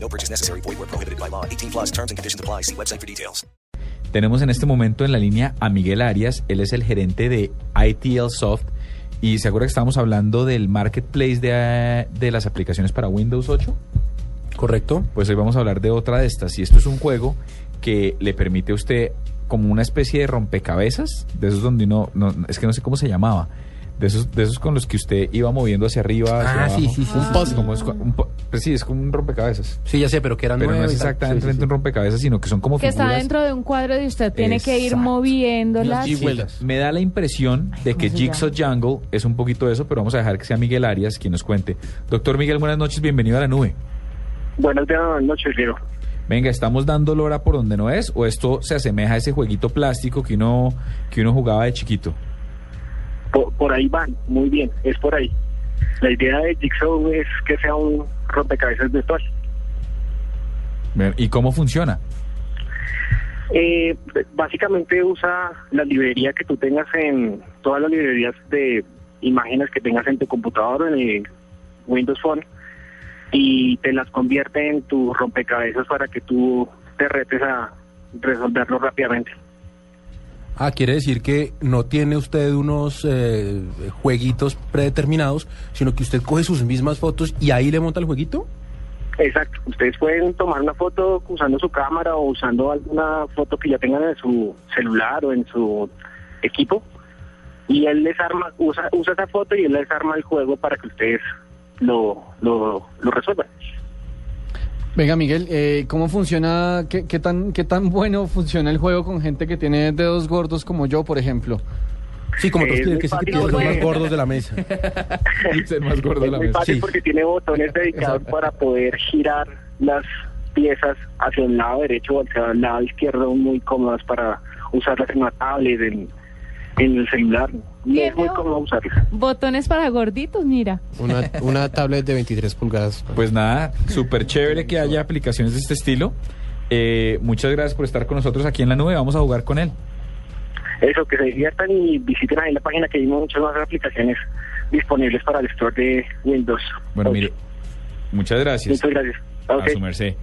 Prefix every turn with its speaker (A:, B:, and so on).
A: No purchase necessary. Void where prohibited by law. 18 plus terms and conditions apply. See website for details.
B: Tenemos en este momento en la línea a Miguel Arias. Él es el gerente de ITL Soft. Y seguro que estábamos hablando del marketplace de, de las aplicaciones para Windows 8.
C: Correcto.
B: Pues hoy vamos a hablar de otra de estas. Y esto es un juego que le permite a usted como una especie de rompecabezas, de esos donde uno, no, es que no sé cómo se llamaba, de esos, de esos con los que usted iba moviendo hacia arriba. hacia
C: Ah, sí,
B: abajo.
C: sí, sí,
B: Un
C: sí,
B: puzzle,
C: sí.
B: como es cua- un pu- pues sí, es como un rompecabezas.
C: Sí, ya sé, pero que eran
B: Pero no
C: nueve
B: es
C: y tal.
B: exactamente
C: Sí, sí, sí.
B: un rompecabezas, sino que son como
D: que está
B: figuras.
D: dentro de un cuadro y usted tiene que ir
B: Exacto.
D: moviéndolas.
C: Y vueltas.
B: Me da la impresión de
D: ¿cómo
B: que
D: se
B: Jigsaw Jungle es un poquito eso, pero vamos a dejar que sea Miguel Arias quien nos cuente. Doctor Miguel, buenas noches, bienvenido a la nube.
E: Buenas noches, Diego.
B: Venga, ¿estamos dando lora por donde no es o esto se asemeja a ese jueguito plástico que uno, que uno jugaba de chiquito?
E: Por, por ahí van, muy bien, es por ahí. La idea de Jigsaw es que sea un rompecabezas virtual.
B: Ver, ¿Y cómo funciona?
E: Eh, básicamente usa la librería que tú tengas en todas las librerías de imágenes que tengas en tu computador o en el Windows Phone y te las convierte en tu rompecabezas para que tú te retes a resolverlo rápidamente.
C: Ah, quiere decir que no tiene usted unos eh, jueguitos predeterminados, sino que usted coge sus mismas fotos y ahí le monta el jueguito.
E: Exacto, ustedes pueden tomar una foto usando su cámara o usando alguna foto que ya tengan en su celular o en su equipo y él les arma, usa, usa esa foto y él les arma el juego para que ustedes lo, lo, lo resuelvan.
F: Venga, Miguel, eh, ¿cómo funciona? Qué, qué tan, ¿Qué tan bueno funciona el juego con gente que tiene dedos gordos como yo, por ejemplo?
C: Sí, como
E: Eh,
C: todos
E: es
C: tienen
E: muy
C: que ser que
E: fácil,
C: todos los
E: güey.
C: más gordos de la mesa.
B: Ser más gordo
E: Es
B: la
E: muy
B: mesa.
E: fácil
C: sí.
E: porque tiene botones dedicados para poder girar las piezas hacia el lado derecho o hacia el lado izquierdo muy cómodas para usarlas en una tablet, en, en el celular. Y es muy
D: Diego.
E: cómodo usarlas.
D: Botones para gorditos, mira.
G: Una, una tablet de 23 pulgadas.
B: Pues nada, súper chévere que haya aplicaciones de este estilo. Eh, muchas gracias por estar con nosotros aquí en la nube. Vamos a jugar con él.
E: Eso, que se diviertan y visiten ahí la página que hay muchas más aplicaciones disponibles para el store de Windows.
B: Bueno,
E: Ok,
B: mire, muchas gracias.
E: Muchas gracias.
B: A
E: Ok.
B: su merced.